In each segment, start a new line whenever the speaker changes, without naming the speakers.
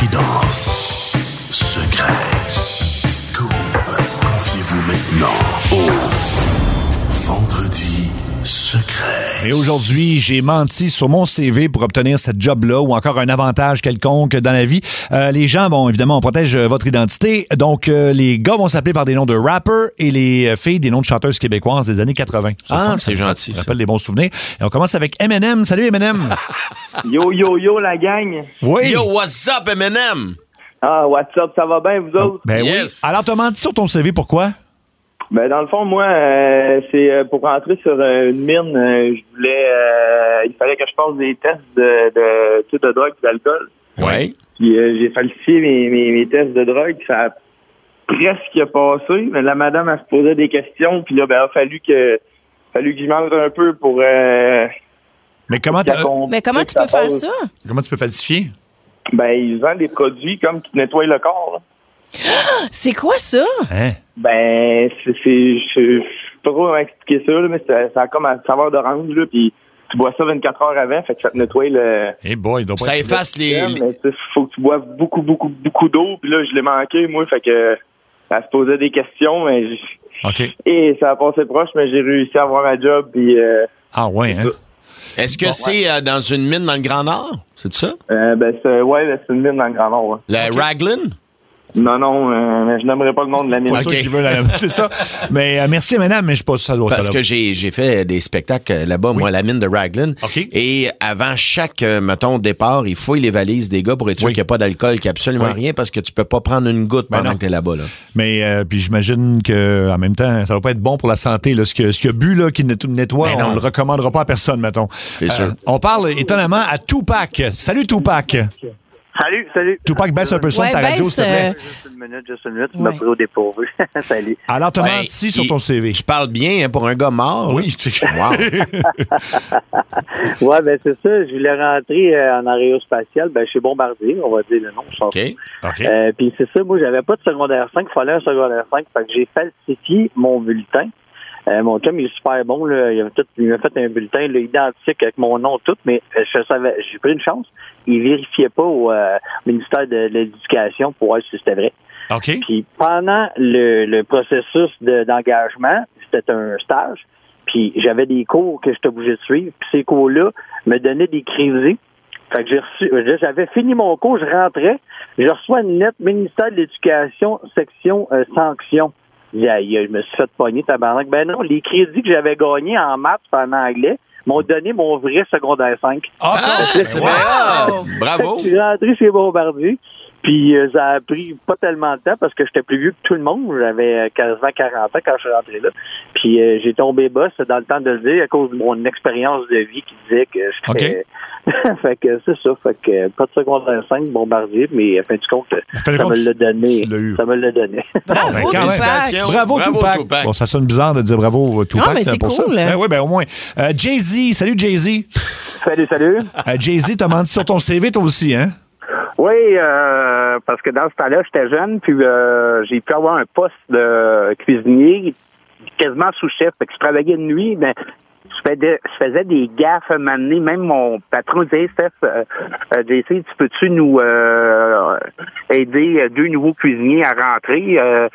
confidence, secret, scoop. Confiez-vous maintenant au vendredi secret.
Et aujourd'hui, j'ai menti sur mon CV pour obtenir cette job-là ou encore un avantage quelconque dans la vie. Euh, les gens, bon, évidemment, on protège euh, votre identité. Donc, euh, les gars vont s'appeler par des noms de rappers et les euh, filles des noms de chanteuses québécoises des années 80.
Ah,
Ça,
c'est
me
gentil, ça.
rappelle des bons souvenirs. Et on commence avec M&M. Salut M&M.
Yo, yo, yo, la gang.
oui.
Yo, what's up, Eminem?
Ah, what's up, ça va bien, vous autres?
Ben
Yes.
oui. Alors, t'as menti sur ton CV, pourquoi?
Ben, dans le fond, moi, euh, c'est euh, pour rentrer sur euh, une mine, euh, je voulais, euh, il fallait que je passe des tests de, de, tu sais, de drogue et d'alcool.
Ouais.
Puis euh, j'ai falsifié mes, mes, mes tests de drogue, ça a presque passé, mais la madame, elle se posait des questions, puis là, ben, il a fallu que, fallu que je mente un peu pour... Euh,
Mais comment, t'as-
qu'on-
Ah, Mais comment
que
tu peux faire
passe.
ça?
comment tu peux falsifier?
Ben, ils vendent des produits comme qui nettoient le corps, là.
C'est quoi ça?
Hein?
Ben, c'est, c'est- je je sais pas comment expliquer ça, là, mais ça, ça a comme un saveur d'orange, là, puis tu bois ça 24 heures avant, fait que ça te nettoie le...
Eh boy, il doit pas
Ça
être-
efface les. les-
Mais tu sais, faut que tu boives beaucoup, beaucoup, beaucoup d'eau, puis là, je l'ai manqué, moi, fait que elle se posait des questions, mais j-
OK.
et ça a passé proche, mais j'ai réussi à avoir ma job, puis euh,
Ah ouais, hein?
Est-ce que c'est euh, dans une mine dans le Grand Nord? C'est ça?
euh, ben, c'est, ouais, ben, c'est une mine dans le Grand Nord, ouais.
La Raglan?
Non, non, euh, mais je nommerai pas le nom de la mine.
Pour
Ok.
ceux qui veulent aller- C'est ça. Mais euh, merci, madame, mais je pense que ça doit
Parce
ça
que
doit-
j'ai j'ai fait des spectacles euh, là-bas, moi, à la mine de Raglan.
OK.
Et avant chaque, euh, mettons, départ, ils fouillent les valises des gars pour être sûr
Oui.
qu'il n'y a pas d'alcool, qu'il n'y a absolument
Oui.
rien, parce que tu peux pas prendre une goutte
Ben
pendant
non.
que tu es là-bas. Là.
Mais euh, puis j'imagine que en même temps, ça va pas être bon pour la santé. Là. Ce que ce qu'il a bu là, qui net- nettoie,
Ben
on
non.
le recommandera pas à personne, mettons. Euh,
C'est sûr.
On parle étonnamment à Tupac. Salut Tupac.
Salut, salut.
Tupac, baisse un peu le son de
Ouais,
ta radio,
baisse,
s'il te plaît.
euh,
Juste une minute, juste une minute, tu
Ouais.
m'as pris au dépourvu. salut.
Alors, t'as
Ben,
menti
il-
sur ton CV.
Tu parles bien hein, pour un gars mort.
Oui, tu sais.
Wow.
Ouais, ben c'est ça. Je voulais rentrer euh, en aérospatiale, ben chez Bombardier, on va dire le nom. je pense.
OK.
OK.
Euh, Puis c'est ça, moi j'avais pas de secondaire 5, il fallait un secondaire 5, fait que j'ai falsifié mon bulletin. Euh, mon chum, il est super bon, là. Il, avait tout, il m'a fait un bulletin là, identique avec mon nom tout, mais euh, je savais, j'ai pris une chance. Il vérifiait pas au euh, ministère de l'Éducation pour voir si c'était vrai.
OK.
Puis pendant le, le processus de- d'engagement, c'était un stage, puis j'avais des cours que j'étais obligé de suivre, puis ces cours-là me donnaient des crédits. Fait que j'ai reçu, euh, là, j'avais fini mon cours, je rentrais, je reçois une lettre ministère de l'Éducation, section euh, sanction. Je dis, aïe, aïe, je me suis fait pogner tabarnak. Ben non, les crédits que j'avais gagnés en maths et en anglais m'ont donné mon vrai secondaire 5.
Ah,
Ah, c'est bien. Bravo.
Je suis rentré chez Bombardier. Puis euh, ça a pris pas tellement de temps parce que j'étais plus vieux que tout le monde. J'avais euh, quasiment 40 ans quand je suis rentré là. Puis euh, j'ai tombé boss dans le temps de le dire à cause de mon expérience de vie qui disait que je fait que c'est ça. Fait que euh, pas de secondaire 5, Bombardier, mais à fin du compte,
fait le
ça
compte,
me
tu-
l'a donné.
tu l'as eu.
Ça me l'a donné.
Bravo,
ben, quand même. Félicitations.
Bravo,
Bravo,
Tupac.
Tupac.
Bon, ça sonne bizarre de dire bravo euh, Tupac
mais
euh,
c'est
pour ça.
cool, hein.
Ben oui, ben au moins. Euh, Jay-Z, salut Jay-Z.
salut, salut.
Euh, Jay-Z, t'as menti sur ton CV toi aussi, hein?
Oui, euh, parce que dans ce temps-là, j'étais jeune, puis euh, j'ai pu avoir un poste de cuisinier, quasiment sous-chef. Fait que je travaillais de nuit, mais je faisais, je faisais des gaffes à un moment donné. Même mon patron disait, Steph, euh, euh, JC, tu peux-tu nous euh, aider euh, deux nouveaux cuisiniers à rentrer? Euh,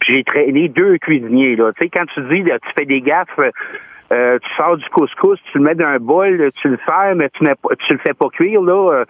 puis j'ai traîné deux cuisiniers. Là. Tu sais, quand tu dis, là, tu fais des gaffes... euh, euh, tu sors du couscous, tu le mets dans un bol, tu le fais, mais tu, n'as pas- tu le fais pas cuire, là. euh,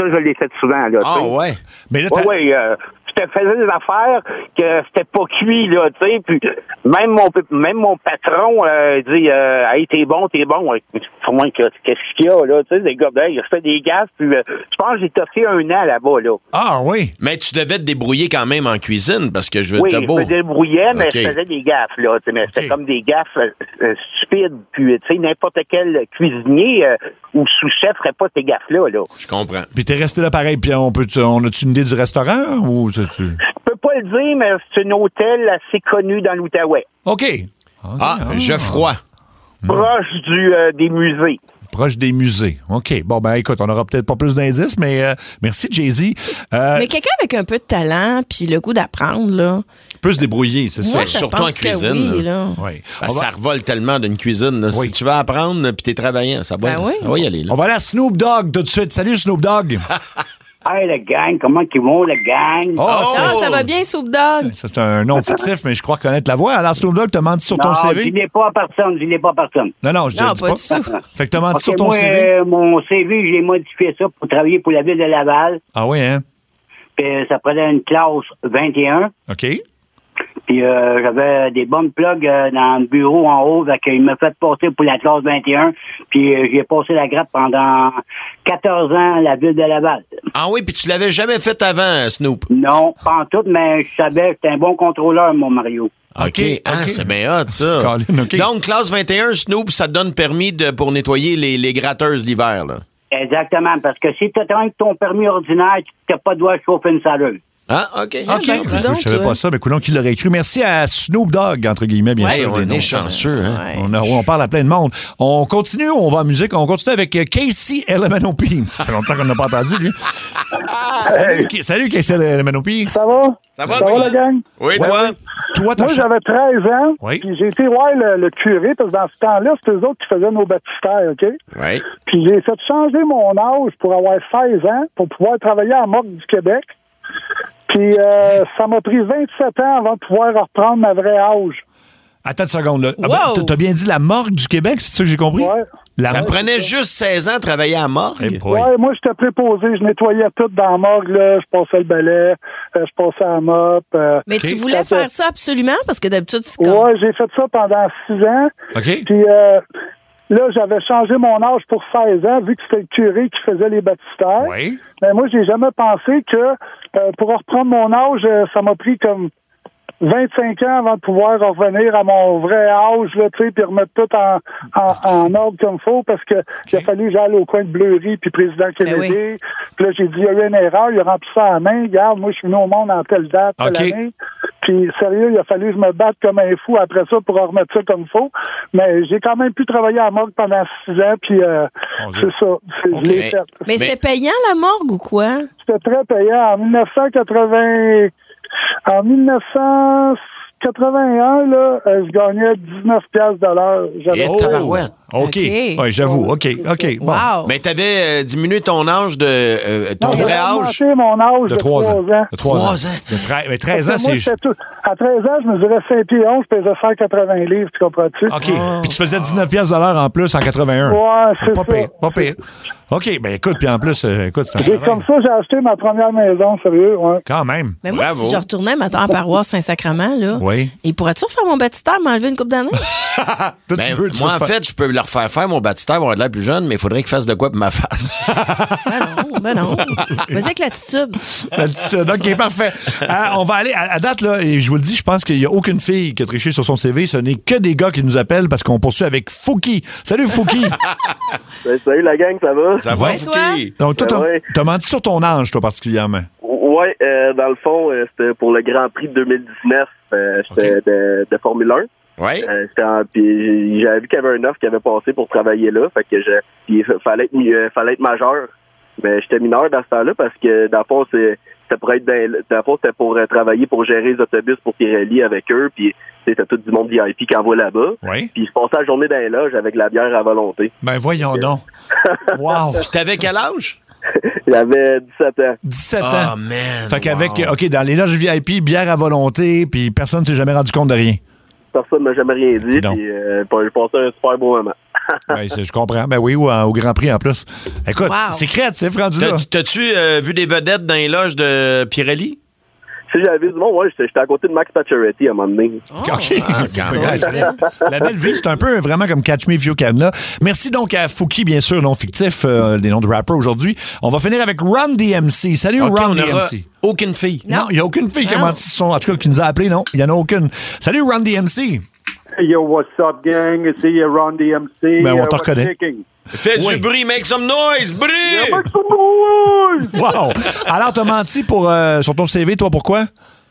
Ça, je l'ai fait souvent, là. tu
Ah,
sais.
ouais.
Mais là,
Oui,
t'as-
oui. Euh, je te faisais des affaires que c'était pas cuit, là, tu sais. Puis même mon, même mon patron euh, dit euh, Hey, t'es bon, t'es bon. Ouais, Pour moi, que- qu'est-ce qu'il y a, là, tu sais, les gars, ben, je fais des gaz, puis euh, je pense que j'ai toffé un an là-bas, là.
Ah oui.
Mais tu devais te débrouiller quand même en cuisine parce que je veux
Oui,
te
je
beau.
me débrouillais, mais
Ok.
je faisais des gaffes, là. tu sais, Mais
Ok.
c'était comme des gaffes euh, euh, stupides. Puis, tu sais, n'importe quel cuisinier euh, ou sous-chef ferait pas ces gaffes-là, là.
Je comprends.
Puis t'es resté là pareil, puis on peut on a-tu une idée du restaurant ou c'est tu
Je peux pas le dire, mais c'est un hôtel assez connu dans l'Outaouais.
OK.
Ah, Geoffroy.
Hmm.
Proche du, euh, des musées.
Proche des musées. OK. Bon, ben écoute, on n'aura peut-être pas plus d'indices, mais euh, merci, Jay-Z. Euh,
Mais quelqu'un avec un peu de talent puis le goût d'apprendre, là.
peut se débrouiller, c'est ça.
Moi, je
surtout
pense
en
que
cuisine,
oui, là.
Oui.
Ben,
On va-
Ça revole tellement d'une cuisine. là.
Oui.
Si tu veux apprendre, puis t'es travaillant, ça va,
Ben oui.
ça va y aller. là.
On va aller à Snoop Dogg tout de suite. Salut Snoop Dogg.
Hey, le gang, comment qu'ils vont, le gang?
Oh, c'est-
Ah, oh. ça va bien, Soup Dog?
ça, c'est un nom fictif, mais je crois connaître la voix. Alors, Snoop Dogg te menti sur ton
non, je
CV?
n'ai pas à personne, je n'ai pas à personne.
Non, non, je
Non,
dis
pas du tout.
Fait que t'as menti
Ok,
Ah, sur ton
moi,
CV?
euh, mon CV, j'ai modifié ça pour travailler pour la ville de Laval.
Ah oui, hein?
Puis euh, ça prenait une classe 21.
OK.
Puis euh, j'avais des bonnes plugs euh, dans le bureau en haut. Fait qu'il m'a fait passer pour la classe 21. Puis euh, j'ai passé la grappe pendant 14 ans à la ville de Laval.
Ah oui, puis tu l'avais jamais fait avant, Snoop.
Non, pas en tout, mais je savais que j'étais un bon contrôleur, mon Mario.
OK. Ah,
OK.
c'est bien hot, ça.
Colin, OK.
Donc, classe 21, Snoop, ça te donne permis de, pour nettoyer les, les gratteuses l'hiver, là.
Exactement, parce que si tu as ton permis ordinaire, tu n'as pas le droit de chauffer une saleuse.
Ah, OK.
Ah, ben,
Je
coudonc,
savais
toi.
pas ça, mais coudonc, qui l'aurait cru. Merci à Snoop Dogg, entre guillemets, bien
Hey,
sûr.
on
des noms.
est chanceux, hein?
Ouais.
On, a- on parle à plein de monde. On continue, on va en musique. On continue avec euh, Casey LMNOP. Ça fait longtemps qu'on n'a pas entendu, lui. salut, K- salut, Casey LMNOP.
Ça va?
Ça
Ah,
va,
Ça
toi?
va, la gang?
Oui, toi?
Toi, t'as
Moi, j'avais 13 ans,
Oui.
puis j'ai été voir le, le curé, parce que dans ce temps-là, c'était eux autres qui faisaient nos baptistères, OK?
Oui.
Puis j'ai fait changer mon âge pour avoir 16 ans, pour pouvoir travailler en morgue du Québec. Puis euh, ça m'a pris 27 ans avant de pouvoir reprendre ma vraie âge.
Attends une seconde, là. Ah,
Wow.
ben, t'as- t'as bien dit la morgue du Québec, c'est ça que j'ai compris?
Ouais.
La
Ça
morgue.
prenait juste 16 ans à travailler à mort.
Eh boy.
Ouais, moi, j'étais préposé. Je nettoyais tout dans la morgue, là. Je passais le balai, euh, je passais à mop. euh.
Mais tu voulais
Ça fait-
faire ça absolument parce que d'habitude, c'est comme.
Ouais, j'ai fait ça pendant 6 ans.
OK.
Puis euh, là, j'avais changé mon âge pour 16 ans, vu que c'était le curé qui faisait les baptistères.
Oui.
Mais moi, j'ai jamais pensé que euh, pour reprendre mon âge, euh, ça m'a pris comme 25 ans avant de pouvoir revenir à mon vrai âge, là, tu sais, puis remettre tout en, en, en ordre comme faut, parce que il a fallu que j'aille au coin de Bleury, puis président Kennedy.
oui.
Puis là, j'ai dit, il y a eu une erreur, il a rempli ça à la main. Regarde, moi, je suis venu au monde en telle date, telle
OK.
année. Puis sérieux, il a fallu que je me batte comme un fou après ça pour en remettre ça comme faut. Mais j'ai quand même pu travailler à morgue pendant six ans, puis euh,
Mon Dieu.
c'est ça. C'est-
OK.
Je l'ai
Mais-
fait.
Mais c'était payant, la morgue ou quoi?
C'était très payant. En 1980, en 1981, là, euh, je gagnais 19 piastres de l'heure. J'avais
Et tabarouette.
Oh! OK.
OK.
Ouais, j'avoue. OK. OK. Bon.
Wow!
Mais t'avais euh, diminué ton âge de. euh, ton
Non, j'avais
vrai âge?
augmenté mon âge
De 3 ans. De 3 ans.
Trois ans.
De trai- mais 13 ans,
Parce que moi,
c'est.
j'étais tout- À 13 ans, je mesurais 5 pieds 11, je pesais 180 livres, tu comprends-tu?
OK. Puis tu faisais 19 pièces de l'heure en plus en 81.
Ouais, c'est
Pas
ça.
pire, pas pire. OK, ben écoute, puis en plus, euh, écoute, c'est un
Et
travail.
comme ça, j'ai acheté ma première maison, sérieux, ouais.
Quand même.
Mais moi,
Bravo.
si je retournais maintenant à paroisse Saint-Sacrement, là,
Oui.
il pourrait-tu refaire mon baptistère, m'enlever une coupe d'années?
Toi,
Ben,
tu veux, tu veux
moi, en
faire-
fait, je peux leur faire faire mon baptistère pour avoir de l'air plus jeune, mais il faudrait qu'il fasse de quoi pour ma face.
ben non, ben non. Vas-y avec l'attitude.
L'attitude. OK, parfait. Euh, on va aller à, à date, là, et je vous le dis, je pense qu'il n'y a aucune fille qui a triché sur son CV. Ce n'est que des gars qui nous appellent parce qu'on poursuit avec Fouki. Salut, Fouki.
Ben, salut la gang, ça va?
Ça va,
Et toi?
Fouki?
Donc, toi,
Ben
t'as
ouais.
t'as menti sur ton âge, toi, particulièrement.
Ouais, euh, dans le fond, euh, c'était pour le Grand Prix de 2019. euh, J'étais de, de Formule 1.
Oui.
Euh, j'étais en- puis j'avais vu qu'il y avait un offre qui avait passé pour travailler là. Fait que je, puis il fallait être, mi- euh, fallait être majeur. Mais j'étais mineur dans ce temps-là parce que dans le fond, c'est- c'était pour être dans, dans le fond, c'était pour euh, travailler pour gérer les autobus pour Pirelli avec eux. Puis c'était tout du monde VIP qui envoie là-bas.
Oui.
Puis je passais la journée dans les loges avec la bière à volonté.
Ben, voyons donc. Wow.
T'avais quel âge?
J'avais 17 ans.
17
Ah,
ans.
man.
Fait qu'avec, euh,
wow.
OK, dans les loges VIP, bière à volonté, puis personne ne s'est jamais rendu compte de rien.
Personne m'a jamais rien dit.
Non.
Puis euh, je passais un super beau moment.
Ben, c'est- je comprends. Ben oui, ou en- au Grand Prix en plus. Écoute,
Wow.
c'est créatif, rendu là.
T'as- T'as-tu euh, vu des vedettes dans les loges de Pirelli?
Si j'avais du monde, ouais, j'étais j'étais à côté de Max Pacioretty à un moment donné.
OK. Ah, C'est
quand
cool.
même.
C'est- La belle vie, c'est un peu vraiment comme Catch Me If You Can. Là. Merci donc à Fouki, bien sûr, non fictif, euh, des noms de rappeurs aujourd'hui. On va finir avec Run DMC. Salut
Ok,
Run
on aura
DMC.
aucune fille.
Non, il n'y a aucune fille qui a
Non.
menti son. En tout cas, qui nous a appelé, non. Il n'y en a aucune. Salut Run DMC.
Yo, what's up, gang? C'est Ron DMC.
Ben, on
Euh,
te
what's
reconnaît.
shaking?
Fais
Oui.
du bruit, make some noise,
Eh!
bruit!
Wow. Alors, t'as menti pour, euh, sur ton CV, toi, pourquoi?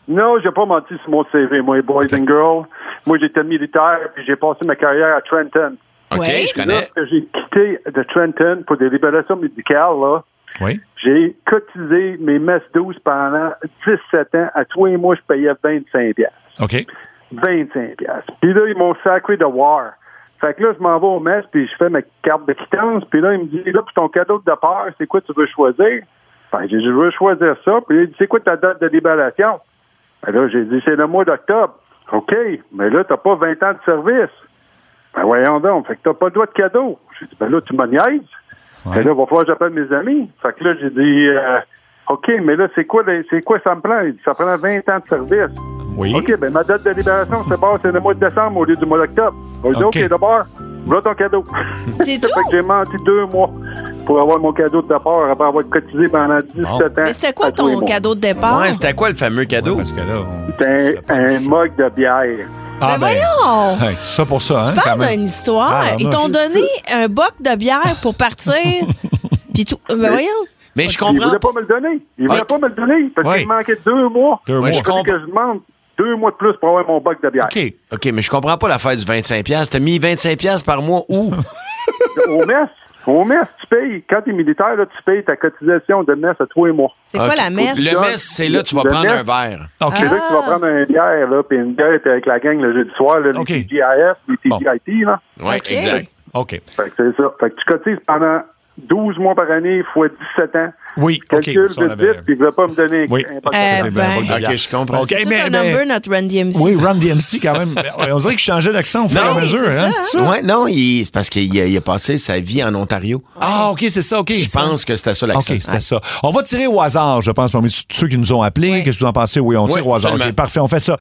Non, j'ai pas menti sur mon CV, moi, boys and girls. Moi, j'étais militaire, puis j'ai passé ma carrière à Trenton.
OK,
Ouais.
je connais.
Lorsque j'ai quitté de Trenton pour des libérations médicales, là,
Oui.
j'ai cotisé mes messes 12 pendant 17 ans. À tous les mois, je payais 25 piastres.
OK.
25 piastres. Puis là, ils m'ont sacré de war. Fait que là, je m'en vais au mess, puis je fais ma carte de quittance. Puis là, il me dit, là, pour ton cadeau de départ, c'est quoi tu veux choisir?
Fait que Ben, j'ai dit, je veux choisir ça. Puis il a dit, c'est quoi ta date de libération? Ben là, j'ai dit, c'est le mois d'octobre. OK, mais là, t'as pas 20 ans de service. Ben voyons donc, fait que t'as pas le droit de cadeau. J'ai dit, ben là, tu me niaises. Ben là, va falloir que j'appelle mes amis. Fait que là, j'ai dit, euh, OK, mais là, c'est quoi, les- c'est quoi ça me prend? Il dit, ça prend 20 ans de service.
Oui.
OK, ben ma date de libération, c'est bon, c'est le mois de décembre au lieu du mois d'octobre. On dit,
OK.
OK, d'abord, voilà ton cadeau.
C'est tout?
Fait que j'ai menti deux mois pour avoir mon cadeau de départ après avoir cotisé pendant 17 ans.
Mais c'était quoi
à tous les
ton
mois.
cadeau de départ?
Ouais, c'était quoi le fameux cadeau?
Parce que là, on...
C'était un, un mug de bière.
Ah,
Mais Ben voyons!
hey, tout ça pour ça, hein,
tu
quand
parles
même.
d'une histoire.
Ah,
Ils
non,
t'ont
je-
donné un boc de bière pour partir. Puis tout. Ben voyons.
Mais je
Il
comprends.
voulait pas me le donner. Il voulait
Ouais.
pas me le donner parce
Ouais.
qu'il manquait deux mois.
Deux
Il
mois.
fallait
Je comprends.
que je demande deux mois de plus pour avoir mon bac de bière.
OK.
OK, mais je comprends pas l'affaire du 25$. T'as mis 25$ par mois où?
Au mess, au mess, tu payes. Quand t'es militaire, là, tu payes ta cotisation de mess à tous les mois.
C'est quoi
OK.
la messe?
Le mess, c'est là tu vas
Le
prendre
mess.
un verre.
OK.
C'est là que tu
Ah.
vas prendre une bière, là, puis une bière t'es avec la gang le jeudi soir, là, les
OK.
TGIF, les
Bon.
TGIT, là.
Oui,
OK.
exact.
OK.
Fait que c'est ça. Fait que tu cotises pendant 12 mois par année fois 17 ans.
Oui, OK.
Calcule
ça, on
de
avait-
10, puis il ne voulait pas me donner un-
Oui.
un bac de
Euh,
C'est
ben,
bien, pas de
OK,
bière.
je comprends.
OK,
C'est tout
Eh, mais-
un
mais-
number, notre Randy MC.
Oui, Run DMC quand même. On dirait que je changeais d'accent au fur et à
Non,
mesure.
c'est ça,
hein, c'est ça?
Ouais, non, il- c'est parce qu'il a, il a passé sa vie en Ontario.
Ah, OK, c'est ça. OK.
Je pense que c'était ça
OK,
l'accent.
c'était ça. On va tirer au hasard, je pense, parmi ceux qui nous ont appelés.
Oui.
Qu'est-ce que vous en pensez? Oui, on
Oui,
tire au hasard.
absolument.
OK, parfait, on fait ça.